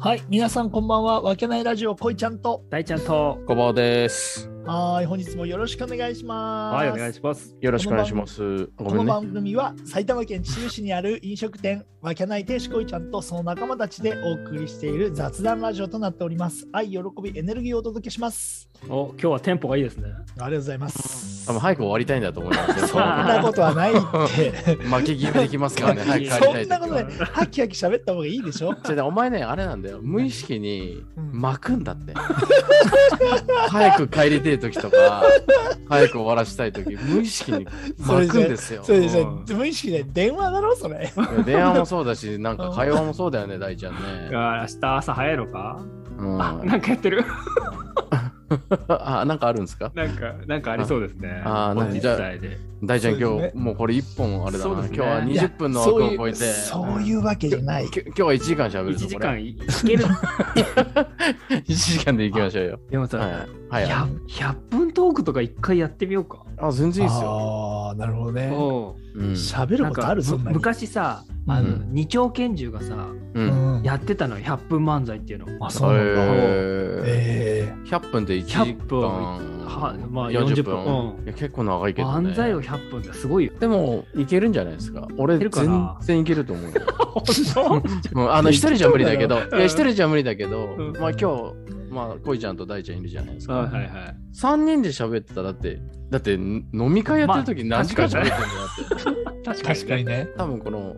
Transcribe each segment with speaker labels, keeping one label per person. Speaker 1: はい、皆さんこんばんは。わけないラジオこいちゃんと。
Speaker 2: 大ちゃんと。
Speaker 3: こんばんはです。
Speaker 1: はーい、本日もよろしくお願いします。
Speaker 2: はい、お願いします。
Speaker 3: よろしくお願いします。ご
Speaker 1: こ
Speaker 3: め
Speaker 1: の
Speaker 3: んね。
Speaker 1: 番組は埼玉県秩父市にある飲食店わけない亭主こいちゃんとその仲間たちでお送りしている雑談ラジオとなっております。愛、喜び、エネルギーをお届けします。
Speaker 2: お、今日はテンポがいいですね。
Speaker 1: ありがとうございます。
Speaker 3: 多分早く終わりたいんだと思いますよ。
Speaker 1: そんなことはないって。
Speaker 3: 負け気味できます からね。
Speaker 2: 負
Speaker 3: 早
Speaker 2: け気
Speaker 3: く帰
Speaker 2: 味
Speaker 1: そ
Speaker 3: りたい
Speaker 1: ん
Speaker 3: と
Speaker 1: な
Speaker 3: き
Speaker 1: ことな
Speaker 3: は
Speaker 1: い。はきはき喋った方がいいでしょ。
Speaker 3: じゃあお前ね、あれなんだよ。無意識に
Speaker 1: うん
Speaker 3: 巻くんだって。早く帰りたい時とか、早く終わらしたい時、無意識に巻くんですよ。
Speaker 1: それでじゃあ
Speaker 2: うん
Speaker 1: 無意識で電話だろそれ。
Speaker 3: いや電話もそうだし、なんか会話もそうだよね、大ちゃんね。
Speaker 2: あ明日朝早いのか、
Speaker 3: うん、
Speaker 2: あ、なんかや ってる
Speaker 3: あ、なんかあるんですか
Speaker 2: なんか、なんかありそうですね。
Speaker 3: あ
Speaker 2: この
Speaker 3: ーなんか
Speaker 2: 時代で。
Speaker 3: 大ちゃん、
Speaker 1: そう
Speaker 3: 今
Speaker 1: です
Speaker 3: 日、もうこれ一本あれだ
Speaker 2: そう
Speaker 3: な。
Speaker 2: です
Speaker 3: 今
Speaker 2: ね
Speaker 3: 日はい
Speaker 1: や
Speaker 3: 20分の枠を超えて。
Speaker 1: そういうそういうわけじゃない。
Speaker 3: きょ今日は1時間しゃべる
Speaker 2: 1
Speaker 3: ぞ
Speaker 2: 時
Speaker 3: これ
Speaker 2: 間いける。
Speaker 3: 1時 間で行きましょうよ。
Speaker 2: でもさ、
Speaker 3: はい。はい、
Speaker 2: 100, 100分トークとか一回やってみようか。
Speaker 3: あ、全然いいですよ。
Speaker 1: ああ、なるほどね。
Speaker 2: お
Speaker 3: うん
Speaker 1: 喋る
Speaker 2: なん
Speaker 1: こと
Speaker 2: か
Speaker 1: あるそんな
Speaker 2: む
Speaker 1: に。
Speaker 2: 昔さあの、
Speaker 3: う
Speaker 2: 二丁拳銃がさ
Speaker 3: うん。
Speaker 1: うん
Speaker 2: やってたのよ100分漫才っていうの
Speaker 1: あ、そうなんだ。
Speaker 3: え
Speaker 1: え
Speaker 3: ー、100分で1時間
Speaker 2: 100分はまあ40分うん
Speaker 3: いや結構長いけど、ね、
Speaker 2: 漫才を100分ってすごいよ
Speaker 3: でもいけるんじゃないですか俺
Speaker 2: いける
Speaker 3: 全
Speaker 2: かな
Speaker 3: 然いける と思うよ
Speaker 2: 本当
Speaker 3: うんあの一人じゃ無理だけど
Speaker 2: んだ
Speaker 3: いや一人じゃ無理だけど、
Speaker 2: うん
Speaker 3: まあ今日まあ恋ちゃんと大ちゃんいるじゃないですか、
Speaker 2: はいはいはい
Speaker 3: 三人で喋ってたらだってだって飲み会やってる時
Speaker 2: まあ
Speaker 3: 何時間喋ってんだよって、
Speaker 2: 確
Speaker 1: ー、確かにね。
Speaker 3: 多分この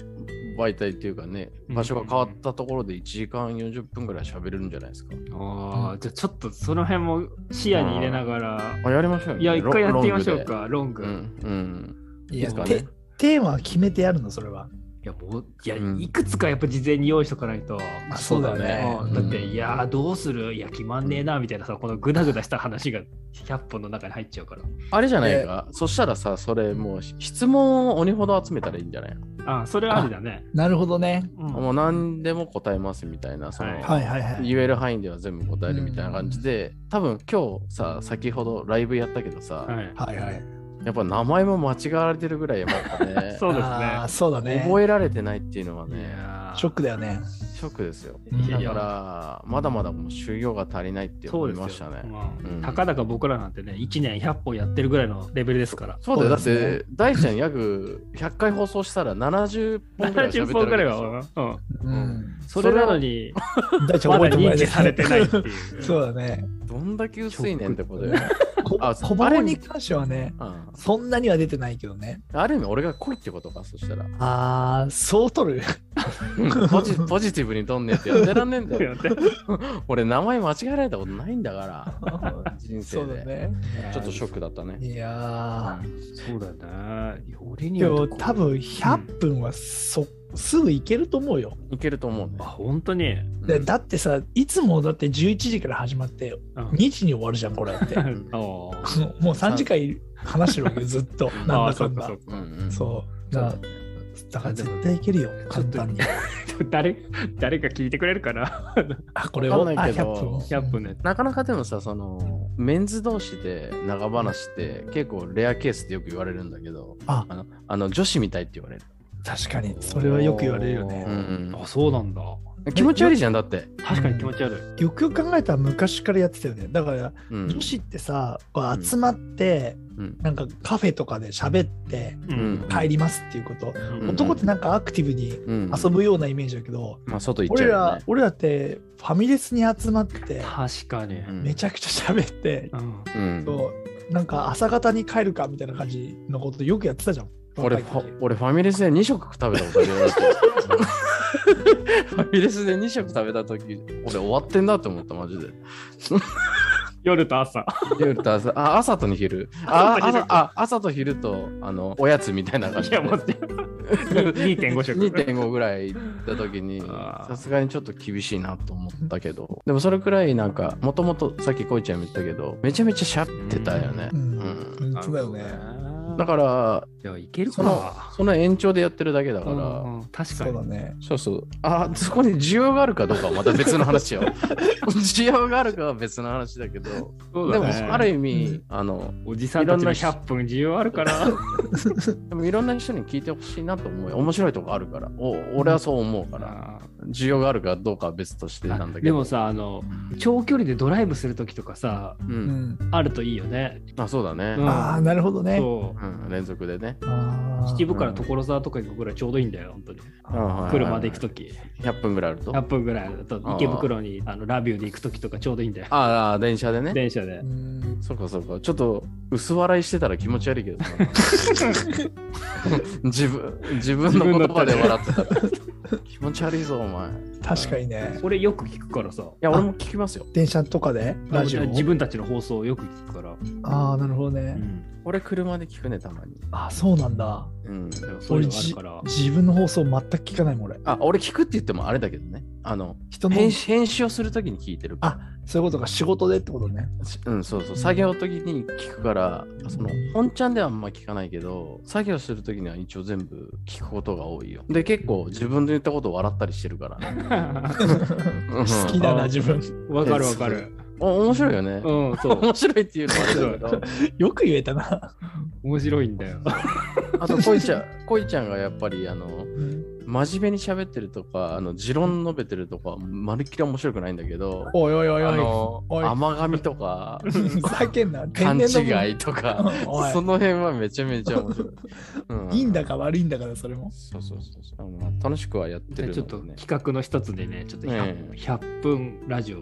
Speaker 3: 媒体っていうかね
Speaker 2: うん
Speaker 3: 場所が変わったところで1時間40分ぐらい喋れるんじゃないですか、
Speaker 2: ああ、じゃあちょっとその辺も視野に入れながら、
Speaker 3: あやりましょうよ、
Speaker 2: いや、一回やってみましょう
Speaker 3: ロングで。
Speaker 2: か、ロング。
Speaker 3: うん。うん。
Speaker 1: い
Speaker 3: いい
Speaker 1: や、
Speaker 3: ですか
Speaker 1: て
Speaker 3: ね。
Speaker 1: テーマは決めてやるの、それは。
Speaker 2: いや、もう、いや、
Speaker 3: うん
Speaker 2: いくつかやっぱ事前に用意しとかないと。
Speaker 1: あそうだね
Speaker 2: うんだって、
Speaker 3: うん
Speaker 2: いやー、どうするいや、決まんねえな、みたいなさ、このグダグダした話が100本の中に入っちゃうから。
Speaker 3: あれじゃないか。そしたらさ、それもう質問を鬼ほど集めたらいいんじゃない、
Speaker 2: ああ、それはありだね。
Speaker 1: なるほどね。
Speaker 2: うん
Speaker 3: もう何でも答えますみたいな、その、
Speaker 2: はい
Speaker 1: はいはいはい。
Speaker 3: 言える範囲では全部答えるみたいな感じで、多分今日さ、先ほどライブやったけどさ、
Speaker 2: はい。
Speaker 1: はいはい。
Speaker 3: やっぱ名前も間違われてるぐらいやっぱ ね、
Speaker 2: そうです
Speaker 1: あ
Speaker 2: ね
Speaker 1: ー。そうだね。
Speaker 3: 覚えられてないっていうのはいね、
Speaker 2: やー
Speaker 1: ショックだよね。
Speaker 3: ショックですよ。
Speaker 1: いや
Speaker 3: だ
Speaker 1: い
Speaker 2: や
Speaker 3: から、まだまだもう修行が足りないって
Speaker 2: そ
Speaker 3: 思
Speaker 2: う
Speaker 3: い
Speaker 2: です
Speaker 3: ま
Speaker 2: よ
Speaker 3: したね。
Speaker 2: まあ
Speaker 3: うん
Speaker 2: たかだか僕らなんてね、1年100本やってるぐらいのレベルですから。
Speaker 3: そうだよ、
Speaker 1: そう
Speaker 3: だ
Speaker 1: で
Speaker 3: っ
Speaker 1: すね
Speaker 3: て大ちゃん約100回放送したら70本ぐらい喋
Speaker 2: 70
Speaker 3: って
Speaker 2: 本ぐ
Speaker 3: るわ
Speaker 2: ら
Speaker 3: け
Speaker 2: い
Speaker 3: でしょ
Speaker 2: は、うん、
Speaker 1: うん。
Speaker 2: それなのに、
Speaker 1: 大ちゃん覚え
Speaker 2: まだ
Speaker 1: てもら
Speaker 2: 認
Speaker 1: え
Speaker 2: 知されてないってい う。
Speaker 1: そうだね。
Speaker 3: どんだけ薄いねんってことよ。
Speaker 1: こ
Speaker 3: あ
Speaker 1: 小
Speaker 3: あ
Speaker 1: 腹
Speaker 3: れ
Speaker 1: に関してはね、
Speaker 3: うん
Speaker 1: そんなには出てないけどね。
Speaker 3: ある意味俺が濃いってことか、そしたら。
Speaker 1: あー、そう取る。
Speaker 3: ポジポジティブにとんねんってやってらんねん だよ。
Speaker 2: って
Speaker 3: 俺名前間違えられたことないんだから。人
Speaker 1: そ
Speaker 3: 生
Speaker 1: うだ
Speaker 3: で。
Speaker 1: ね。
Speaker 3: ちょっとショックだったね。
Speaker 1: いや
Speaker 2: そうだね。より
Speaker 1: ー、
Speaker 2: に
Speaker 1: で
Speaker 2: よ
Speaker 1: も
Speaker 2: ってこう
Speaker 1: 多分100分はそ、すぐいけると思うよ。
Speaker 3: いけると思うね
Speaker 2: あ、。本当に。
Speaker 1: で
Speaker 3: うん
Speaker 1: だってさ、いつもだって11時から始まって、
Speaker 2: うん
Speaker 1: 2時に終わるじゃん、これ って。
Speaker 2: うん ああ
Speaker 1: もう3時間話してるわけよずっと。なん
Speaker 2: あ
Speaker 1: だ
Speaker 2: あ、そ
Speaker 1: か
Speaker 2: っ
Speaker 1: ん
Speaker 2: かそ
Speaker 1: だ
Speaker 2: っ。
Speaker 3: う
Speaker 2: か。
Speaker 3: んうん
Speaker 1: そう。だからだから絶対いけるよ、
Speaker 2: ちょ
Speaker 1: 簡
Speaker 2: っと
Speaker 1: 単に。
Speaker 2: 誰誰か聞いてくれるかな
Speaker 1: あ、これを、
Speaker 3: わかん
Speaker 1: あ、
Speaker 3: ないけど
Speaker 1: 100分。
Speaker 2: ?100 分ね。
Speaker 3: なかなかでもさ、そのメンズ同士で長話って結構レアケースってよく言われるんだけど、
Speaker 1: あ
Speaker 3: のあの女子みたいって言われる。
Speaker 1: 確かに、それはよく言われるよね
Speaker 3: う。ん
Speaker 2: あ、そうなんだ。
Speaker 3: 気持ち悪いじゃんだって、
Speaker 2: 確かに気持ち悪い。
Speaker 1: よくよく考えたら昔からやってたよね。だから、
Speaker 3: うん
Speaker 1: 女子ってさ、こう集まって、
Speaker 3: うん
Speaker 1: なんかカフェとかで喋って、
Speaker 2: う
Speaker 3: うん
Speaker 1: 帰りますっていうこと。
Speaker 2: うん
Speaker 3: うん
Speaker 1: 男ってなんかアクティブに
Speaker 3: うん
Speaker 1: 遊ぶようなイメージだけど、
Speaker 3: まあ外行っちゃ
Speaker 1: 俺
Speaker 3: うよ
Speaker 1: ら
Speaker 3: ね、
Speaker 1: 俺らってファミレスに集まって、
Speaker 2: 確かに。
Speaker 3: うん
Speaker 1: めちゃくちゃ喋って、
Speaker 2: うん
Speaker 3: うん
Speaker 1: そうなんか朝方に帰るかみたいな感じのことよくやってたじゃん。
Speaker 3: 俺
Speaker 1: 若い
Speaker 3: フ
Speaker 1: 時
Speaker 3: ァ俺ファミレスで2食食べたことあるよだってファミレスで2食食べた時俺終わってんだって思ったマジで
Speaker 2: 夜と朝。
Speaker 3: 夜と朝あ朝と昼あ
Speaker 2: 朝と昼
Speaker 3: 朝あ朝と昼とあのおやつみたいな感じ
Speaker 2: い
Speaker 3: で
Speaker 2: や、もう、2.5食。
Speaker 3: 2.5ぐらい行った時に
Speaker 2: あー
Speaker 3: さすがにちょっと厳しいなと思ったけどでもそれくらいなんかもともとさっきこいちゃんも言ったけどめちゃめちゃしゃってたよね、
Speaker 1: うん
Speaker 3: う
Speaker 1: 本当だよね。
Speaker 3: だから
Speaker 2: いや、いける
Speaker 3: そ
Speaker 2: か
Speaker 3: の
Speaker 2: な。
Speaker 3: その延長でやってるだけだから、
Speaker 2: うん確か
Speaker 1: そう
Speaker 2: に
Speaker 1: だ。ね。
Speaker 3: そうそう。あ、そこに需要があるかどうかはまた別の話 よ。需要があるかは別の話だけど、
Speaker 2: そう
Speaker 3: で
Speaker 2: だ
Speaker 3: も
Speaker 2: ね
Speaker 3: ある意味、あの、
Speaker 2: おじさんたちの
Speaker 3: いろんな
Speaker 2: 100分需要あるから。
Speaker 3: でもいろんな人に聞いてほしいなと思うよ。面白いとこあるから。お俺はそう思うから。
Speaker 2: あー
Speaker 3: 需要があるかどうかは別としてなんだけ
Speaker 2: でも
Speaker 3: ど。
Speaker 2: さあの長距離でドライブする時とかさ
Speaker 3: う。
Speaker 1: うんん、
Speaker 2: あるといいよね、
Speaker 3: あ、そうだね。
Speaker 2: うん
Speaker 1: ああなるほどね。
Speaker 2: そう
Speaker 3: うん。連続でね。
Speaker 1: あー
Speaker 2: 秩父から所沢とか行くぐらいちょうどいいんだよ本当に車で行く時
Speaker 3: 100分ぐらいあると。
Speaker 2: 100分ぐらいだと
Speaker 3: あー
Speaker 2: 池袋にあのラビューで行く時とかちょうどいいんだよ
Speaker 3: ああ、電車でね。
Speaker 2: 電車で
Speaker 1: うん
Speaker 3: そうかそうか。ちょっと薄笑いしてたら気持ち悪 いけどな自分、自分の言葉で笑ってたら。気持ち悪いぞ、お前。い
Speaker 1: 確かにね。
Speaker 2: 俺よく聞くからさ
Speaker 3: や、俺も聞きますよ。
Speaker 1: 電車とかでラジオ
Speaker 2: 自分たちの放送をよく聞くから、
Speaker 1: ああなるほどね。
Speaker 2: うん、
Speaker 3: 俺、車で聞くね、たまに。
Speaker 1: ああそうなんだ。
Speaker 3: うん。
Speaker 2: でもそういうのがあるから
Speaker 1: 自分の放送全く聞かないもん俺。
Speaker 3: あ、俺聞くって言ってもあれだけどね。あの、
Speaker 1: 人の
Speaker 3: 編集編集をするときに聞いてる。
Speaker 1: あそういうことが仕事でってことね。
Speaker 3: うん、そうそう。作業のときに聞くから、その、本ちゃんではあんま聞かないけど、作業するときには一応全部聞くことが多いよ。で、結構自分で言ったことを笑ったりしてるからね。
Speaker 1: 好きだな自分。
Speaker 2: わかるわかる。
Speaker 3: お面白いよね。
Speaker 2: うん、そう。
Speaker 3: 面白いっていうのもあれだけ
Speaker 1: よく言えたな。
Speaker 2: 面白いんだよ。
Speaker 3: ど、あと、こいちゃん、こいちゃんがやっぱり、あの、真面目に喋ってるとか、あの、持論述べてるとか、まるっきり面白くないんだけど、
Speaker 1: おいおいお
Speaker 3: あ
Speaker 1: いおい。
Speaker 3: の、
Speaker 1: おい
Speaker 3: 甘噛みと か、
Speaker 1: ふざけんな。
Speaker 3: 勘
Speaker 1: 天然の
Speaker 3: 違いとか、
Speaker 1: おい
Speaker 3: その辺はめちゃめちゃ面白い。うん
Speaker 1: いいんだか悪いんだかだそれも。
Speaker 3: そうそうそうそう、まあ楽しくはやってるの
Speaker 2: ちょっと
Speaker 3: でね
Speaker 2: 企。画の一つでね、ちょっと 100,
Speaker 3: ええ
Speaker 2: 100分ラジオ、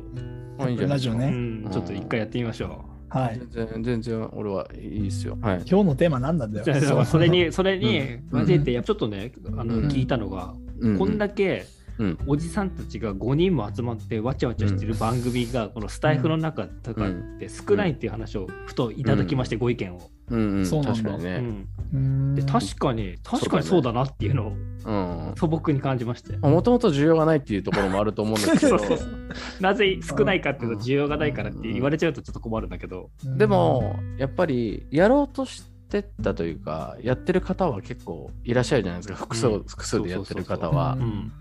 Speaker 3: まあいいんじゃない
Speaker 1: ラジオ
Speaker 2: う
Speaker 1: ね
Speaker 2: ん、ちょっと一回やってみましょ
Speaker 1: はい。
Speaker 3: 全然、全然俺はいいですよ。はい。
Speaker 1: 今日のテーマ何なん
Speaker 2: う。
Speaker 1: だ
Speaker 2: じゃあだか
Speaker 1: よ。
Speaker 2: らそれに、それに
Speaker 3: うん、
Speaker 2: 交えて、ちょっとね、あの
Speaker 3: うん
Speaker 2: 聞いたのが、
Speaker 3: う
Speaker 2: こんだけ
Speaker 3: うん
Speaker 2: おじさんたちが5人も集まって、わちゃわちゃしてる番組が、このスタイフの中とかって少ないっていう話をふといただきまして、ご意見を。
Speaker 3: うんうん、
Speaker 1: そうなんだ
Speaker 3: 確かに
Speaker 2: う
Speaker 3: ね。
Speaker 2: ん
Speaker 1: うん
Speaker 2: で確かに、確かにそうだなっていうのを
Speaker 3: うん。
Speaker 2: 素朴に感じまして。
Speaker 3: もともと需要がないっていうところもあると思うんですけ ど、
Speaker 2: そうそうそなぜ少ないかっていうと需要がないからって言われちゃうとちょっと困るんだけど、
Speaker 1: うん
Speaker 3: でも、やっぱりやろうとしてたというか、やってる方は結構いらっしゃるじゃないですか、複数,、
Speaker 2: うん
Speaker 3: 複数でやってる方
Speaker 1: う
Speaker 3: は
Speaker 1: ん。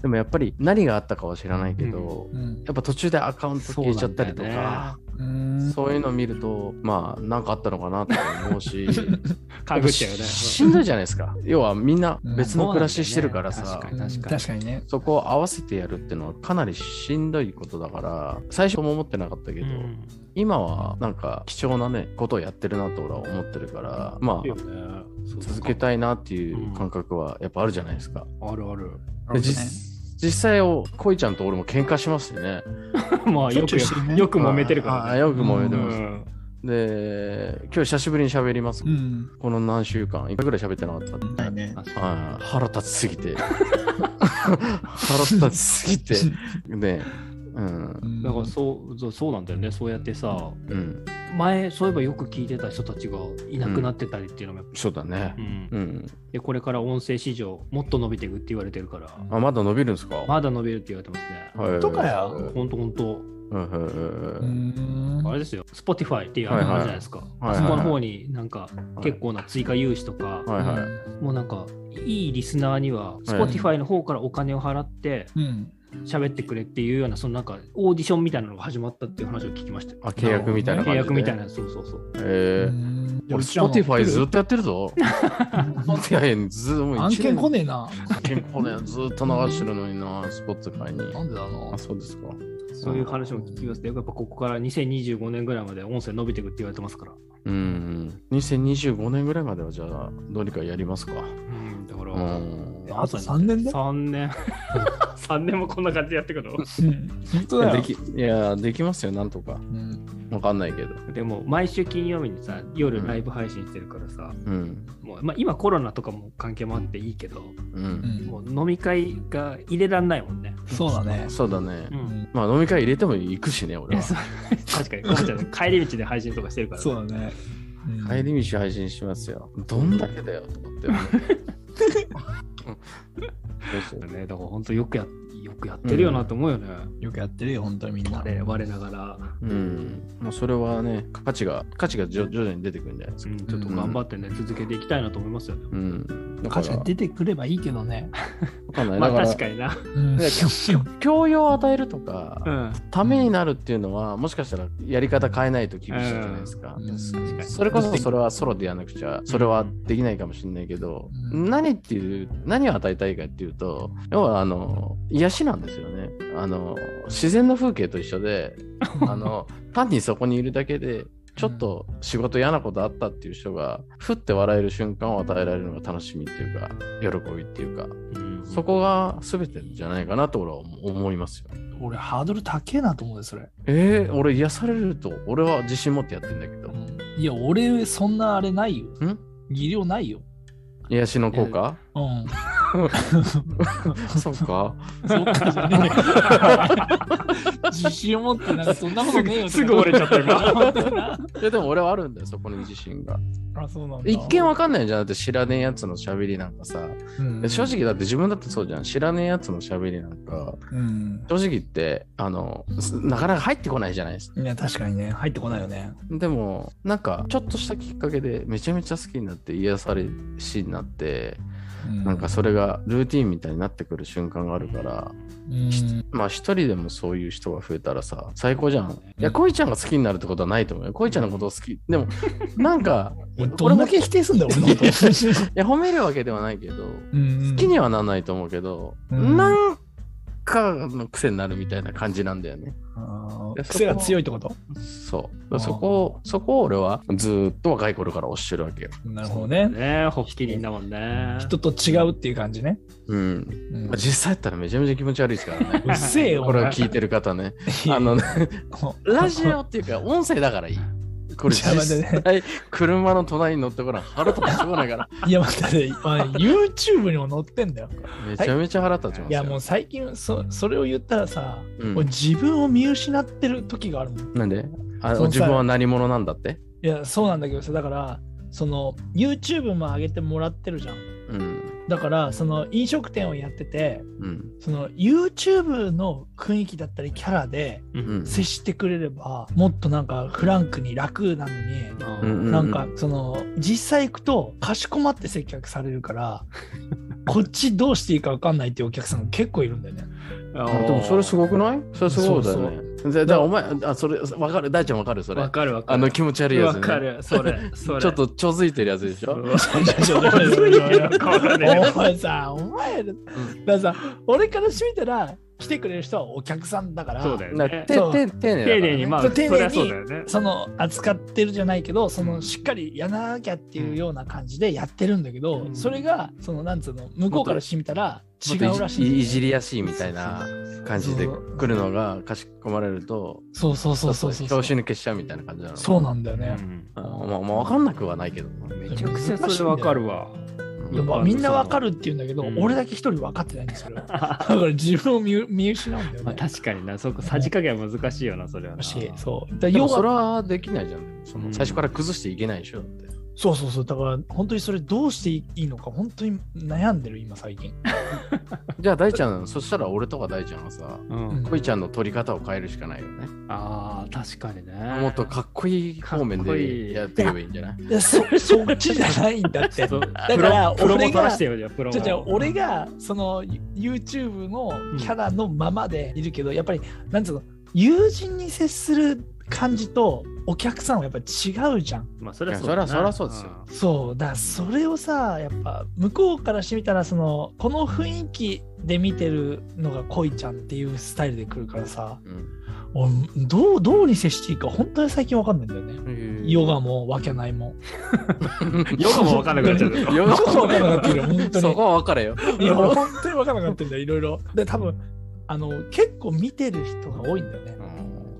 Speaker 3: でもやっぱり何があったかは知らないけど、
Speaker 1: うん
Speaker 3: やっぱ途中でアカウント消えちゃったりと
Speaker 2: そうなんだよ
Speaker 3: か、
Speaker 1: うん
Speaker 3: そういうのを見ると、まあ、なんかあったのかなと思う し、
Speaker 2: かぐっちゃうよね。
Speaker 3: しんどいじゃないですか。要はみんな別の暮らししてるから
Speaker 2: うんそう
Speaker 3: さ
Speaker 2: な、んだよね
Speaker 1: うん確かにね。
Speaker 3: そこを合わせてやるっていうのはかなりしんどいことだから、最初も思ってなかったけ
Speaker 2: う
Speaker 3: ど、
Speaker 2: ん
Speaker 3: 今はなんか貴重なね、ことをやってるなと俺は思ってるから、ま
Speaker 2: いいよね
Speaker 3: あ、続けたいなっていう感覚はやっぱあるじゃないですか。
Speaker 2: あるある。
Speaker 3: で実実際を恋ちゃんと俺も喧嘩しますよね。
Speaker 2: まあ
Speaker 1: しょ
Speaker 2: よ
Speaker 1: っちゅ
Speaker 2: く
Speaker 1: うしてるね
Speaker 2: よく揉めてるか
Speaker 3: あ
Speaker 2: ら
Speaker 3: あ
Speaker 2: ね。
Speaker 3: よく揉めて
Speaker 2: う
Speaker 3: ます。
Speaker 2: ん
Speaker 3: で、今日久しぶりに喋ります。
Speaker 1: うん。
Speaker 3: この何週間、いくらぐらい喋ってなかった
Speaker 1: ないね。
Speaker 2: 確か
Speaker 3: はい腹立ちすぎて腹立ちす ぎてねうん
Speaker 1: うん
Speaker 2: にだからそうそうそうなんだよね。そうやってさ、
Speaker 3: うん
Speaker 2: 前そういえばよく聞いてた人たちがいなくなってたりっていうのもやっぱ
Speaker 3: そうだね
Speaker 2: うん
Speaker 3: うん
Speaker 2: でこれから音声市場もっと伸びていくって言われてるから、
Speaker 3: あまだ伸びるんですか
Speaker 2: まだ伸びるって言われてますね。
Speaker 3: はい
Speaker 1: とかよ
Speaker 3: うん
Speaker 2: ほんとほんと。
Speaker 3: うん
Speaker 1: う
Speaker 3: うん
Speaker 1: ん
Speaker 2: あれですよ、Spotify っていうアプリあるじゃないですか。
Speaker 3: はいはい
Speaker 2: あそこの方になんか
Speaker 3: い
Speaker 2: 結構な追加融資とか、
Speaker 3: はいはい
Speaker 2: もうなんかいいリスナーには Spotify の方からお金を払って
Speaker 1: うん。
Speaker 2: 喋ってくれっていうような、そのなんかオーディションみたいなのが始まったっていう話を聞きましたよ。
Speaker 3: あ契約みたいな感
Speaker 2: 契
Speaker 3: じで
Speaker 2: 約みたいな、そうそうそう。
Speaker 3: ええ俺 Spotify ずっとやって るぞ Spotify ずっともう一年
Speaker 1: 案件来ねえな。
Speaker 3: 案件来ねえずっと流してるのにな Spotify
Speaker 1: な
Speaker 3: に
Speaker 1: んでだろ
Speaker 3: あそうですか
Speaker 2: そういう話も聞きますね。やっぱここから2025年ぐらいまで音声伸びていくって言われてますから。
Speaker 3: うん2025年ぐらいまではじゃあどうにかやりますか
Speaker 2: うん、だから、
Speaker 3: うん
Speaker 1: う。あと3年だ。
Speaker 2: 3年、3年も こんな感じでやっていくの
Speaker 1: うん本当
Speaker 3: い
Speaker 1: だ
Speaker 3: やで
Speaker 1: よ。
Speaker 3: きいやできますよなんとか
Speaker 1: うん
Speaker 3: わかんないけど
Speaker 2: でも毎週金曜日にさ夜ライブ配信してるからさ、
Speaker 3: うん
Speaker 2: もうまあ、今コロナとかも関係もあっていいけど
Speaker 1: う
Speaker 3: う、
Speaker 1: んん
Speaker 2: もう飲み会が入れらんないもんね、
Speaker 1: そうだね。
Speaker 3: そうだね、
Speaker 2: うん、
Speaker 3: まあ飲み会入れても行くしね
Speaker 2: い
Speaker 3: 俺
Speaker 2: や
Speaker 3: は
Speaker 2: そう確かにごめんなさい帰り道で配信とかしてるからね、
Speaker 1: そうだね。うん
Speaker 3: 帰り道配信しますよどんだけだよと思 って思うそう
Speaker 2: だねだから本当よくやよくやってるよなと思うよね、
Speaker 1: よくやってるよ、本当にみんな。
Speaker 2: 我我ながら、
Speaker 3: そううんもうそれはね価値が価値が徐徐々に出てくるんじゃないです
Speaker 2: う
Speaker 3: か
Speaker 2: ん、ちょっと頑張ってね、続けていきたいなと思いますよね
Speaker 3: うんだか
Speaker 1: 価値が
Speaker 3: ら
Speaker 1: 出てくればいいけどね。
Speaker 3: かんない。
Speaker 2: ま
Speaker 3: だ
Speaker 2: あ
Speaker 3: から、
Speaker 2: 確かにな。
Speaker 1: うん
Speaker 3: ね教養を与えるとか、
Speaker 2: うん。
Speaker 3: ためになるっていうのは、もしかしたらやり方変えないと厳しいじゃないですか。
Speaker 2: 確かに
Speaker 3: それこそそれはソロでやらなくちゃ、それはできないかもしれないけど、
Speaker 1: うん
Speaker 3: 何っていう、何を与えたいかっていうと、要はあの、癒しなんですよね。あの、自然の風景と一緒 で、あの、単にそこにいるだけで、ちょっと仕事嫌なことあったっていう人が、ふって笑える瞬間を与えられるのが楽しみっていうか、喜びっていうか、
Speaker 2: うん
Speaker 3: そこが全てじゃないかなと俺は思いますよ。
Speaker 1: 俺ハードル高えなと思うよそれ、
Speaker 3: えー、俺癒されると、俺は自信持ってやってんだけど、
Speaker 1: いや俺そんなあれないよ
Speaker 3: ん
Speaker 1: 技量ないよ
Speaker 3: 癒しの効果
Speaker 1: うん
Speaker 3: そうか。
Speaker 1: そっかじゃねえ自信を持ってなんかそんなことねえよ
Speaker 2: すぐすぐ折れちゃったよ
Speaker 1: よ
Speaker 3: いやでも俺はあるんだよ、そこに自信が。
Speaker 1: あそうなんだ
Speaker 3: 一見わかんないじゃん。だって知らねえやつの喋りなんかさ。
Speaker 1: うん
Speaker 3: 正直だって自分だってそうじゃん。知らねえやつの喋りなんか、
Speaker 1: うん
Speaker 3: 正直言って、あの、すなかなか入ってこないじゃないですか。
Speaker 1: いや確かにね入ってこないよね
Speaker 3: でも、なんか、ちょっとしたきっかけでめちゃめちゃ好きになって癒されしになって、なんかそれがルーティンみたいになってくる瞬間があるから、
Speaker 1: うん
Speaker 3: まあ一人でもそういう人が増えたらさ、最高じゃん。いや、恋ちゃんが好きになるってことはないと思うよ。恋ちゃんのことを好き。でも、なんか、
Speaker 1: 俺どんだけ否定すんだよ俺のこと
Speaker 3: いや褒めるわけではないけど、
Speaker 1: 好
Speaker 3: 好きにはならないと思うけど、
Speaker 1: うん
Speaker 3: なんかの癖になるみたいな感じなんだよね。
Speaker 1: 癖が強いってこと
Speaker 3: そう。
Speaker 1: あー
Speaker 3: だからそこを、そこを俺はずーっと若い頃から推してるわけよ。
Speaker 1: なるほどね
Speaker 2: ねえ、ホッキリンだもんね。
Speaker 1: 人と違うっていう感じね、
Speaker 3: うん。
Speaker 1: うん。
Speaker 3: まあ、実際やったらめちゃめちゃ気持ち悪いですからね
Speaker 1: うっせえよ
Speaker 3: これを聞いてる方ね。あ
Speaker 1: あの
Speaker 3: のね、ラジオっていうか音声だから いい。これ
Speaker 1: いや
Speaker 3: 実
Speaker 1: まあね
Speaker 3: 際、車の隣に乗ってごらん。腹立ってしょうがないから。
Speaker 1: いや待って、まあ、YouTube にも載ってんだよ
Speaker 3: めちゃめちゃ腹立ちますよ。
Speaker 1: いやもう最近そそれを言ったらさ、
Speaker 3: うん
Speaker 1: 俺自分を見失ってる時があるもん
Speaker 3: なんであ
Speaker 1: その際
Speaker 3: 自分は何者なんだって
Speaker 1: いやそうなんだけどさだからその YouTube も上げてもらってるじゃん
Speaker 3: うん。
Speaker 1: だからその飲食店をやってて
Speaker 3: うん。
Speaker 1: その YouTube の雰囲気だったりキャラで
Speaker 2: う
Speaker 3: うん
Speaker 2: ん。
Speaker 1: 接してくれればもっとなんかフランクに楽なのに
Speaker 2: あ
Speaker 3: うん
Speaker 2: ー
Speaker 1: なんかその実際行くとかしこまって接客されるからこっちどうしていいか分かんないっていうお客さんが結構いるんだよね。
Speaker 2: あ
Speaker 3: あ
Speaker 2: ー
Speaker 3: でもそれすごくないそれすごいだよね。だだからお前、あ、それ、わかる、大ちゃんわかるそれ
Speaker 2: わ。かるわかる。
Speaker 3: あの気持ち悪いやつ、
Speaker 2: わ
Speaker 3: ね。
Speaker 2: かる、そ れ、それ。
Speaker 3: ちょっとちょづいてるやつでしょ
Speaker 1: お前さ、お前ら、だからさ、俺からしてみたら、来てくれる人はお客さんだから、
Speaker 2: そうだよ
Speaker 3: なて
Speaker 2: ね。
Speaker 3: て
Speaker 1: そう
Speaker 3: 丁寧だからね
Speaker 2: 丁寧に、まあ、
Speaker 1: そう
Speaker 2: そ
Speaker 1: 丁寧に
Speaker 2: りゃそうだよね。
Speaker 1: その扱ってるじゃないけど、そのしっかりやらなきゃっていうような感じでやってるんだけど、
Speaker 2: うん
Speaker 1: それが、そのなんつうの、向こうからしてみたら違
Speaker 3: も
Speaker 1: う
Speaker 3: っと
Speaker 1: ら
Speaker 3: い
Speaker 1: しいんだよね、
Speaker 3: じいじりやしいみたいな感じで
Speaker 1: そう
Speaker 3: 来るのがかしこまれると、
Speaker 1: そうそうそうそうそう。
Speaker 3: ちょっと拍子抜けしちゃうみたいな感じなの。
Speaker 1: そうなんだよね。
Speaker 3: あまあ、まあ、わかんなくはないけど。
Speaker 2: めちゃくちゃそれわかるわ。
Speaker 3: うん
Speaker 1: いやまあみんなわかるって言うんだけど、
Speaker 2: うん
Speaker 1: 俺だけ一人分かってないんですよ。だから自分を見見失うんだよ
Speaker 2: まあ
Speaker 1: ね。
Speaker 2: 確かにな、そこ、さじ加減は難しいよな、それはな。
Speaker 1: もしそう。だから
Speaker 3: で
Speaker 1: 要
Speaker 3: もそれ
Speaker 1: は
Speaker 3: はできないじゃん。その最初から崩していけないでしょ。だって
Speaker 1: そうそうそう。だから本当にそれどうしていいのか本当に悩んでる今最近。
Speaker 3: じゃあ大ちゃん、そしたら俺とか大ちゃんはさ、
Speaker 2: うん。
Speaker 3: 恋ちゃんの取り方を変えるしかないよね。
Speaker 2: ああ、確かにね。
Speaker 3: もっとかっこいい方面
Speaker 2: かっこい
Speaker 3: で
Speaker 2: い
Speaker 3: やっていけばいいんじゃない
Speaker 1: いやそ そっちじゃないんだ って。
Speaker 2: そう
Speaker 1: だから
Speaker 2: プロプ
Speaker 1: 俺
Speaker 2: ロも取
Speaker 1: が
Speaker 2: らしてよ、じゃあプロ
Speaker 1: じゃあじゃあ
Speaker 2: も。
Speaker 1: 俺がその YouTube のキャラのままでいるけど、やっぱりなんつうの友人に接する感じとお客さんはやっぱ違うじゃん。
Speaker 2: まあ、それはそう
Speaker 3: いや
Speaker 2: だな。
Speaker 3: そりゃそりゃそうですよ
Speaker 1: そうだからそれをさやっぱ向こうからしてみたらそのこの雰囲気で見てるのが恋ちゃんっていうスタイルで来るからさ
Speaker 3: うん
Speaker 1: 俺どうどうに接していいか本当に最近わかんないんだよね。ヨガもわけない もん。
Speaker 2: うん。よくもわかんなくなっちゃうけど。
Speaker 3: ヨ
Speaker 1: ヨガもわかんなくなってるよ、本当
Speaker 3: そ
Speaker 1: に。
Speaker 3: こは分かれよ。
Speaker 1: いや、本当にわかんなくなってるんだよ、いろいろ。で、多分あの結構見てる人が多いんだよね。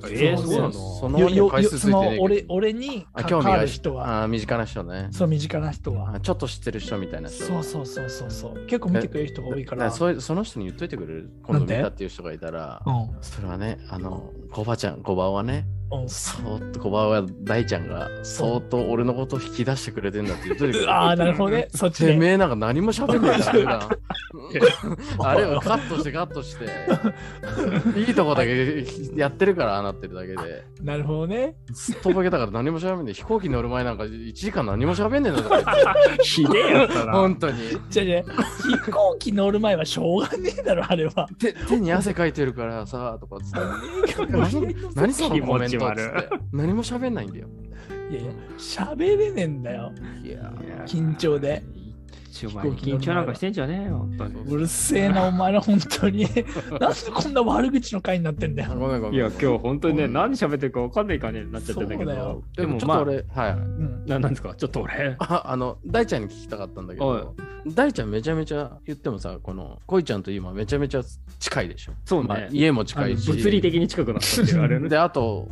Speaker 2: えー、
Speaker 1: そう
Speaker 2: そうなの
Speaker 3: その割には回数つ
Speaker 1: そ
Speaker 3: いて
Speaker 1: の
Speaker 3: ねえけ
Speaker 1: 俺
Speaker 3: ど
Speaker 1: 俺に
Speaker 3: あ
Speaker 1: 関
Speaker 3: 興味
Speaker 1: わ
Speaker 3: が
Speaker 1: る人は、
Speaker 3: あー身近な人ね。
Speaker 1: そう身近な人は。
Speaker 3: あちょっと知ってる人みたいな人。
Speaker 1: そうそうそうそうそう。結構見てくれる人が多いか。
Speaker 3: だかららそういうその人に言っといてくれる今度見
Speaker 1: なんで
Speaker 3: たっていう人がいたら
Speaker 1: う、ん
Speaker 3: それはね、あの、コバちゃん、コバはね、
Speaker 1: うん、
Speaker 3: そーっとコバは大ちゃんが、そーっと俺のことを引き出してくれてんだって言っといてくれる。
Speaker 1: ああ、なるほどね。そっち
Speaker 3: て
Speaker 1: で。
Speaker 3: めえなんか何も喋んないからな。 あれを カットしてカットして、いいとこだけやってるから、ああなってるだけで。
Speaker 1: なるほどね。
Speaker 3: すっとぼけたから何も喋んねえ。飛行機乗る前なんか1時間何も喋んねえんだから、
Speaker 2: ひでえやったな。
Speaker 3: 本当に。
Speaker 1: じゃじゃ飛行機乗る前はしょうがねえだろ、あれは。
Speaker 3: 手手に汗かいてるからさ、とか つって。何何そのコメントっつって。何も喋んないんだよ。
Speaker 1: いやいや、喋れねえんだよ。
Speaker 3: いや
Speaker 1: 緊張で。
Speaker 2: 一応お前緊張なんかしてんじゃねえよ、本当に。
Speaker 1: うるせえな、お前ら、本当に。なんでこんな悪口の回になってんだよ。
Speaker 3: ごめんごめん。
Speaker 2: いや、今日本当にね、
Speaker 3: うん
Speaker 2: 何喋ってるか分かんないかねなっちゃってんだけ
Speaker 1: そうだ
Speaker 2: ど
Speaker 1: よ。
Speaker 2: で
Speaker 3: で
Speaker 2: も
Speaker 3: もちょっ
Speaker 2: ま
Speaker 3: と
Speaker 2: あ、
Speaker 3: 俺、はい。
Speaker 1: うん。
Speaker 2: ななんですか、ちょっと俺。
Speaker 3: ああの大ちゃんに聞きたかったんだけど大ちゃんめちゃめちゃ言ってもさこの恋ちゃんと今めちゃめちゃ近いでしょ、
Speaker 2: そう
Speaker 3: まあ
Speaker 2: ね。
Speaker 3: 家も近
Speaker 2: あの
Speaker 3: いし
Speaker 2: 物理的に近くなったっていうあれ ね
Speaker 3: であと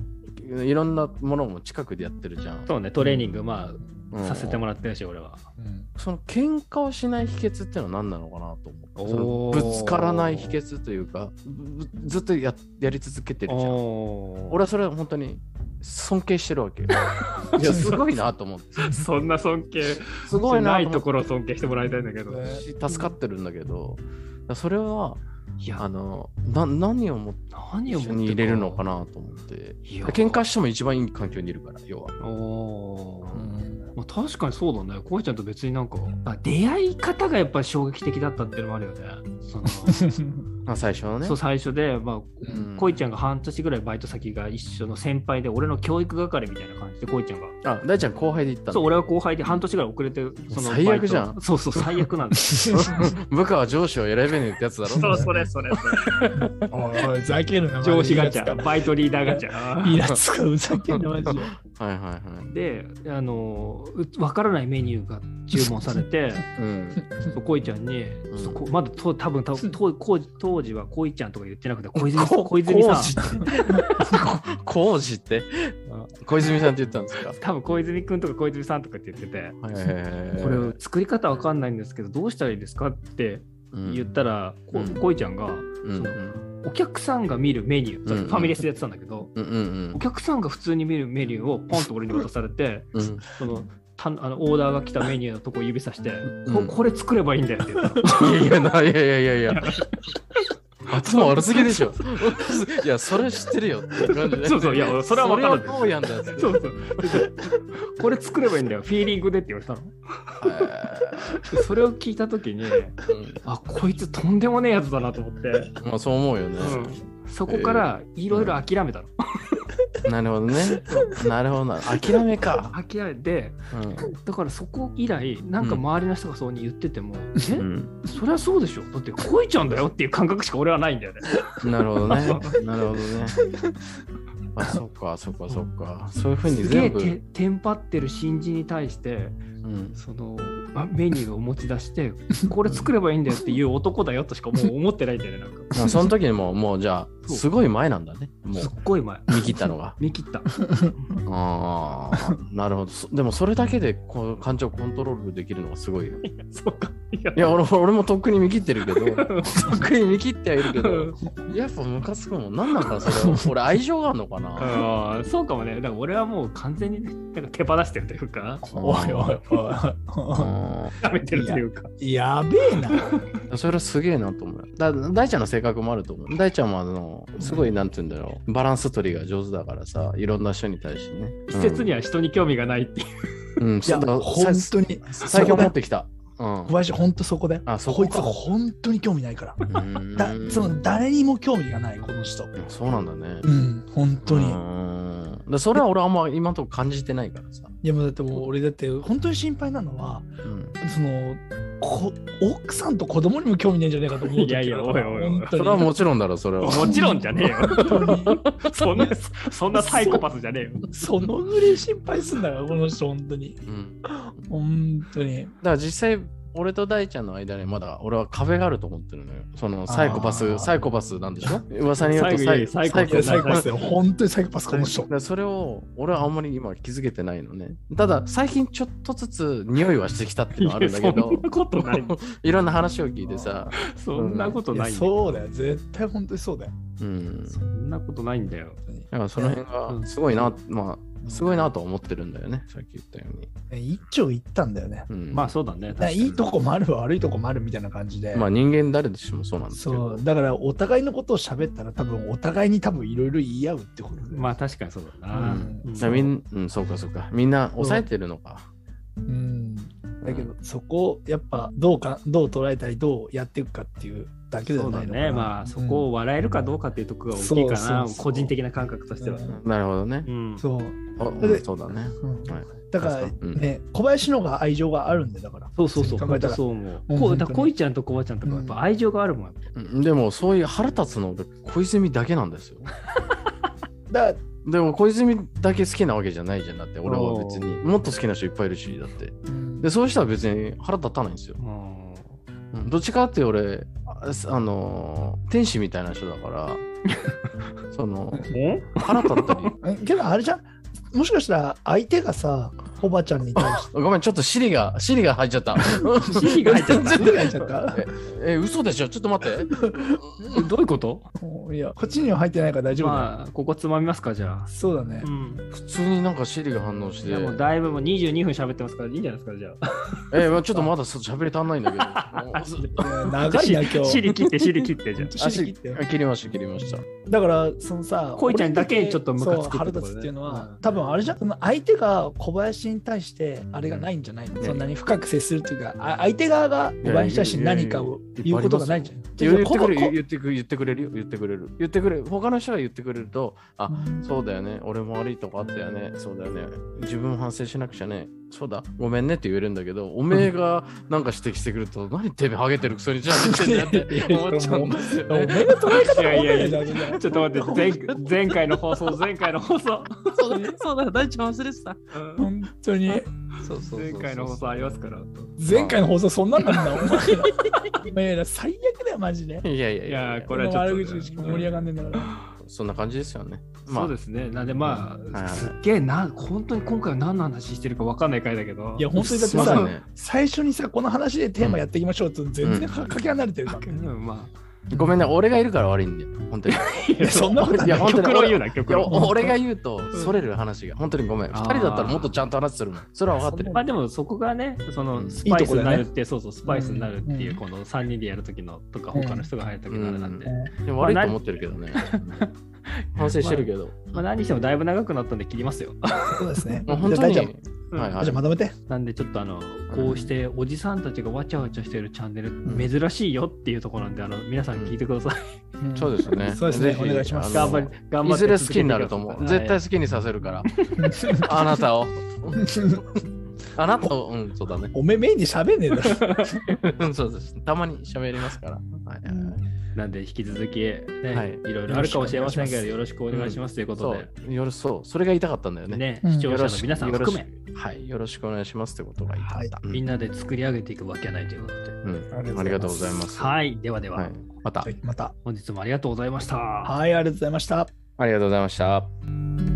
Speaker 3: いろんなものも近くでやってるじゃん、
Speaker 2: そうね、トレーニング、ま
Speaker 3: う
Speaker 2: あ、
Speaker 3: ん
Speaker 2: させてもらってるし、俺は。
Speaker 3: その喧嘩をしない秘訣ってのは何なのかなと思うその
Speaker 2: おー
Speaker 3: ぶつからない秘訣というかぶずっとややり続けてるじゃん
Speaker 2: 俺
Speaker 3: 俺はそれは本当に尊敬して るわけよいやすごいなと思って
Speaker 2: はそんな尊敬
Speaker 3: すごいな
Speaker 2: ない
Speaker 3: と
Speaker 2: と
Speaker 3: 思
Speaker 2: ころを尊敬してもらいたいんだけど。
Speaker 3: ってし助かってるんだけどだからそれはいあ、のな何をもって
Speaker 2: 何
Speaker 3: 一緒に入れるのかなと思って
Speaker 2: いや
Speaker 3: 喧嘩しても一番いい環境にいるから要は、
Speaker 2: おー まあ、確かにそうだね。こうちゃんと別になんか、あ出会い方がやっぱり衝撃的だったっていうのもあるよね。その
Speaker 3: まあ、最初のね
Speaker 2: そう最初で、まあ
Speaker 3: うん
Speaker 2: こいちゃんが半年ぐらいバイト先が一緒の先輩で、俺の教育係みたいな感じで、こいちゃんが。
Speaker 3: あ大ちゃん後輩で行ったんだ
Speaker 2: そう、俺は後輩で半年ぐらい遅れて、その
Speaker 3: 最悪
Speaker 2: バイト
Speaker 3: じゃん
Speaker 2: そうそう、最悪なんです。
Speaker 3: 部下は上司を選べねえってやつだろ
Speaker 1: そう
Speaker 2: それ、それ。
Speaker 1: おいおい、ふざけるな、マジで
Speaker 2: 上司ガチャ、バイトリーダーガチ
Speaker 1: イ
Speaker 2: ャ。
Speaker 1: ラつく、ふざけんな、マジで。
Speaker 3: はいはいはい、
Speaker 2: で、あの、うわからないメニューが注文されて、
Speaker 3: うん、
Speaker 2: そうこいちゃんに、
Speaker 3: ん
Speaker 2: そうこまだと多分たと当当時はこいちゃんとか言ってなくて小泉さん
Speaker 3: こ
Speaker 2: 小泉さん
Speaker 3: 工事って小泉さんって言ったんですか
Speaker 2: 多分小泉君とか小泉さんとかって言ってて、
Speaker 3: へえ
Speaker 2: これを作り方わかんないんですけどどうしたらいいですかって言ったら、こ
Speaker 3: うん
Speaker 2: こいちゃんが、
Speaker 3: うん
Speaker 2: そのお客さんが見るメニュー、
Speaker 3: うん
Speaker 2: ファミレスでやってたんだけど、
Speaker 3: うんうん
Speaker 2: お客さんが普通に見るメニューをポンと俺に渡され て、
Speaker 3: うんうん
Speaker 2: そのたあのオーダーが来たメニューのとこ指さして、
Speaker 3: うん
Speaker 2: ここれ作ればいいんだよって言ったの
Speaker 3: いやいやないやいやいやいや頭悪すぎ でしょいやそれ知ってるよって感じで
Speaker 2: そうそういやそれは分かるんだ
Speaker 3: そ
Speaker 2: よ
Speaker 3: れはどうやんだよって
Speaker 2: そうそうこれ作ればいいんだよフィーリングでって言われたの。でそれを聞いた時に
Speaker 3: う
Speaker 2: あこいつとんでもねえやつだなと思って、
Speaker 3: んまあそう思うよね、
Speaker 2: うん、そこからいろいろ諦めたの、
Speaker 3: なるほどねなるほどな諦めか、
Speaker 2: 諦めてだからそこ以来なんか周りの人がそうに言ってても、
Speaker 3: う
Speaker 2: え
Speaker 3: ん
Speaker 2: そりゃそうでしょだってこいちゃんだよっていう感覚しか俺はないんだよね
Speaker 3: なるほどねなるほどねあそっかそっかそっか そういうふうに
Speaker 2: すげえ
Speaker 3: 全部、
Speaker 2: てテンパってる新人に対して
Speaker 3: うん、
Speaker 2: そのまメニューを持ち出してこれ作ればいいんだよっていう男だよとしかもう思ってないんだよねなんか
Speaker 3: まあその時にもうもうじゃあ
Speaker 2: そう
Speaker 3: すごい前なんだねもう
Speaker 2: すっごい前
Speaker 3: 見切ったのが
Speaker 2: 見切 った
Speaker 3: ああなるほどそでもそれだけでこう感情コントロールできるのがすごいよ
Speaker 2: そうかいや
Speaker 3: いや俺俺もとっくに見切ってるけどとっくに見切ってはいるけどやっぱムカつくもん何なんかなそれは俺愛情があるのかな
Speaker 2: あーそうかもね。だから俺はもう完全にねなんか手放してるというか、
Speaker 1: おいおい
Speaker 3: う
Speaker 1: お
Speaker 3: ん
Speaker 2: やめてるというか。
Speaker 1: い。やべえな。
Speaker 3: それはすげえなと思うよ。だ大ちゃんの性格もあると思う。大ちゃんもあの、すごい、なんて言うんだろう、バランス取りが上手だからさ、いろんな人に対してね。
Speaker 2: 季節には人に興味がないっていう。
Speaker 3: うん、うん、
Speaker 1: いや、
Speaker 3: そうだ
Speaker 1: 本当に。
Speaker 3: さ最近思ってきた。うん
Speaker 1: 小。林、本当そこだよ。
Speaker 3: あそ
Speaker 1: こ
Speaker 3: こ
Speaker 1: いつ、
Speaker 3: か
Speaker 1: 本当に興味ないから。
Speaker 3: うん
Speaker 1: だその誰にも興味がない、この人。
Speaker 3: そうなんだね
Speaker 1: う。ん、本当に。
Speaker 3: うん。だそれは俺あんま今のとこ感じてないからさ。
Speaker 1: いや、もうだってもう俺だって、本当に心配なのは、
Speaker 3: うん。
Speaker 1: その、こ奥さんと子供にも興味ないんじゃないかと思う時
Speaker 2: いやいや
Speaker 1: あるから
Speaker 2: おいおいおい
Speaker 1: 本当
Speaker 3: そ
Speaker 1: に
Speaker 3: れはもちろんだろ、それは。
Speaker 2: もちろんじゃねえよ。
Speaker 1: 本当に
Speaker 2: そんな、そんなサイコパスじゃねえよ。
Speaker 1: そのぐらい心配すんだから、この人、本当に。
Speaker 3: うん。だか
Speaker 1: 本当に。
Speaker 3: ら実際、俺と大ちゃんの間にまだ俺は壁があると思ってるのよ。そのサイコパ
Speaker 1: あ
Speaker 3: ス、
Speaker 1: ー
Speaker 3: サイコパスなんでしょ噂によると
Speaker 2: サイコ
Speaker 3: サイ
Speaker 2: サイ
Speaker 1: い
Speaker 2: コ
Speaker 1: や、
Speaker 2: パス
Speaker 1: サイコパスだよ。本当にサイコパス、この
Speaker 3: だ
Speaker 1: 人
Speaker 3: か。らそれを俺はあんまり今気づけてないのねただ最近ちょっとずつ匂いはしてきたっていうのはあるんだ け
Speaker 2: いやそ
Speaker 3: ど
Speaker 2: んなことない。
Speaker 3: いろんな話を聞いてさ、
Speaker 2: そんなこと
Speaker 1: い
Speaker 2: な
Speaker 1: や
Speaker 2: い。
Speaker 1: そうだよ。絶対本当にそうだよ。
Speaker 3: うん、
Speaker 2: そんなことないんだよ。
Speaker 3: だからその辺がすごいなまあすごいなと思ってるんだよね、さっき言ったように。
Speaker 1: ね一丁行ったんだよね。
Speaker 3: うん、
Speaker 2: まあそうだね。
Speaker 1: だからいいとこもあるわ、悪いとこもあるみたいな感じで。
Speaker 3: まあ人間誰しもそうなんですけ
Speaker 1: そ
Speaker 3: ど
Speaker 1: う、だからお互いのことを喋ったら、多分お互いに多分いろいろ言い合うってことだよね
Speaker 2: まあ確かにそうだな。
Speaker 1: うん
Speaker 2: うん
Speaker 3: だからみんうん、そうかそうか。みんな抑えてるのか。
Speaker 1: うんだけど、そこをやっぱどうか、どう捉えたり、どうやっていくかっていうだけでは
Speaker 2: そう
Speaker 1: な
Speaker 2: だ
Speaker 1: いのかな。
Speaker 2: ね。まあそこを笑えるかどうかっていうところが大きいか
Speaker 1: そうそ
Speaker 2: な
Speaker 1: う。そう
Speaker 2: 個人的な感覚としては。
Speaker 1: うん
Speaker 3: なるほどね
Speaker 2: う。ん。
Speaker 1: そう、
Speaker 3: お
Speaker 1: それで
Speaker 3: そうだね。
Speaker 1: うん
Speaker 3: はい
Speaker 1: だか
Speaker 3: 確からに
Speaker 1: ね、小林の方が愛情があるんで、だから。
Speaker 2: そうそうそう。
Speaker 1: 考え
Speaker 2: 本
Speaker 1: た
Speaker 2: 当
Speaker 1: ら
Speaker 2: そう思
Speaker 1: う
Speaker 2: う。
Speaker 1: ん
Speaker 2: こ
Speaker 1: 本
Speaker 2: う
Speaker 1: 当
Speaker 2: だ
Speaker 1: に
Speaker 2: からこいちゃんとこばちゃんとかやっぱ愛情があるもん。やっぱ
Speaker 3: うんでもそういう腹立つの俺小泉だけなんですよ。
Speaker 1: だか
Speaker 3: でも小泉だけ好きなわけじゃないじゃんだって俺は別にもっと好きな人いっぱいいるしだって
Speaker 1: ら、
Speaker 3: でそういう人は別に腹立たないんですよ、
Speaker 2: うん
Speaker 3: うんどっちかって俺ああのー天使みたいな人だから その腹立ったり
Speaker 1: えけどあれじゃんもしかしたら相手がさ、おばちゃんに対して。
Speaker 3: ごめんちょっとシリがシリが入っちゃった
Speaker 2: シリが入っちゃった
Speaker 1: シリが入っちゃ った
Speaker 3: ええ嘘でしょちょっと待って
Speaker 2: えどう いうこと
Speaker 1: もういや、こっちには入ってないから大丈夫だよ。
Speaker 2: まあここつまみますかじゃあ。
Speaker 1: そうだね
Speaker 2: う。ん。
Speaker 3: 普通になんかシリが反応し
Speaker 2: い
Speaker 3: て
Speaker 2: やもうだいぶもう22分喋ってますからいいんじゃないですかじゃあ。
Speaker 3: えまあちょっとまだそう喋り足んないん だけ
Speaker 1: い
Speaker 3: ど
Speaker 1: や長いな、今
Speaker 2: シ
Speaker 1: 日。
Speaker 2: リ切ってシリ切ってじゃあ。
Speaker 1: シリ切ってよ
Speaker 3: あ切りました切りました
Speaker 1: だから、そのさ、
Speaker 2: こいちゃんだけちょっとムカつくって
Speaker 1: そう
Speaker 2: こ
Speaker 1: 腹
Speaker 2: とね
Speaker 1: 立つっていうのは、
Speaker 2: うん
Speaker 1: 多分あれじゃん、その相手が小林に対してあれがないんじゃないの、
Speaker 3: うん
Speaker 1: そんなに深く接するっていうか、あ相手側が小林に対して何かを言うことがないんじゃない
Speaker 3: いや言ってくれる
Speaker 1: ここ
Speaker 3: 言ってくれ言ってくれるよ言ってくれる言ってくれる他の人が言ってくれるとあそうだよね俺も悪いとこあったよねそうだよね自分も反省しなくちゃねそうだごめんねって言えるんだけどおめえがなんか指摘してくると何てめえハゲてるクソにじゃんってんだよって思っちゃうんですよ
Speaker 1: お前
Speaker 3: ね
Speaker 1: の捉え方が
Speaker 2: い
Speaker 1: 分かんな
Speaker 2: やいや
Speaker 1: い
Speaker 2: い
Speaker 1: じゃ
Speaker 2: や
Speaker 1: ん。
Speaker 2: ちょっと 待って前前回の放送前回の放送。
Speaker 4: そうだ、そうだ、大ちゃん忘れてた。
Speaker 2: うん
Speaker 1: 本当に
Speaker 4: そうそうそうそう
Speaker 2: 前回の放送ありますから。
Speaker 1: 前回の放送そんなんなんだお前らお前ら最悪だよマジで
Speaker 3: いやいや
Speaker 2: い
Speaker 3: い
Speaker 2: や
Speaker 3: や
Speaker 2: ーこれはちょっと
Speaker 1: この悪口しか盛り上がんねえんだから
Speaker 3: そんな感じですよねま
Speaker 2: そう
Speaker 3: あ
Speaker 2: ですね。なんでま
Speaker 3: はいは
Speaker 2: あ、
Speaker 3: い
Speaker 2: すっげえな、本当に今回は何の話してるか分かんない回だけど。
Speaker 1: いや本当にだって
Speaker 3: ま
Speaker 1: さ、
Speaker 3: さね
Speaker 1: 最初にさこの話でテーマやっていきましょうと全然かけ離れてるから、
Speaker 2: うんま
Speaker 3: ごめんね俺がいるから悪いんだよ本当に
Speaker 2: あ、い
Speaker 1: いやそんなことない
Speaker 3: いや本当に
Speaker 2: 極論言うな、極
Speaker 3: いや
Speaker 2: 論。
Speaker 3: お俺が言うとそれる話が本当にごめん二
Speaker 2: あー
Speaker 3: 人だったらもっとちゃんと話するもんそれは分かってる
Speaker 2: まあでもそこがね、そのス
Speaker 1: いい
Speaker 2: パ
Speaker 1: と
Speaker 2: イ
Speaker 1: こ
Speaker 2: ス
Speaker 1: だ
Speaker 2: に
Speaker 1: よね
Speaker 2: なるって、そうそう、スパイスになるっていうう、
Speaker 1: ん
Speaker 2: この3人でやるときのとか、
Speaker 1: うん
Speaker 2: 他の人が入るときのあれなんで、
Speaker 3: でも悪いと思ってるけどね。反省してるけど。
Speaker 2: まあ何にしてもだいぶ長くなったんで切りますよ。
Speaker 1: そうですね
Speaker 3: もう本当に。
Speaker 1: じゃあ大丈
Speaker 2: うん
Speaker 3: はいは
Speaker 1: 夫じゃあまとめて
Speaker 2: なんでちょっとあの、こうしておじさんたちがわちゃわちゃしてるチャンネル、珍しいよっていうところなんで、あの皆さん聞いてください。
Speaker 3: そうですね。
Speaker 1: そうですね
Speaker 3: ぜひ
Speaker 1: お願いします
Speaker 3: あ
Speaker 2: 頑
Speaker 3: の
Speaker 2: 張り、頑張って
Speaker 3: いず
Speaker 2: 続けてください。
Speaker 3: れ好きになると思う。絶対好きにさせ るから。あなたを。あなたを。うん、そうだね。
Speaker 1: おめメインで喋んねえだろ
Speaker 3: うんそうです。たまに喋りますから。はいはいはい
Speaker 2: なんで引き続き、ね
Speaker 3: はい
Speaker 2: い、ろいろあるかもしれませんけど、よろしくお願いしますというこ
Speaker 3: そ
Speaker 2: とで、
Speaker 3: う。よろそう。それが言いたかったんだよね。
Speaker 2: ね
Speaker 1: うん
Speaker 2: 視聴者の皆さん
Speaker 3: よろ
Speaker 2: 含
Speaker 3: し
Speaker 2: め、
Speaker 3: くはい。よろしくお願いしますってことが言いたかった。
Speaker 2: みんなで作り上げていくわけないということで。
Speaker 3: うん うんありがとうございます。
Speaker 2: はい、ではでは、
Speaker 3: はい。また
Speaker 1: は。いまた
Speaker 2: 本日もありがとうございました。
Speaker 1: はいありがとうございました
Speaker 3: ありがとうございました。
Speaker 1: 「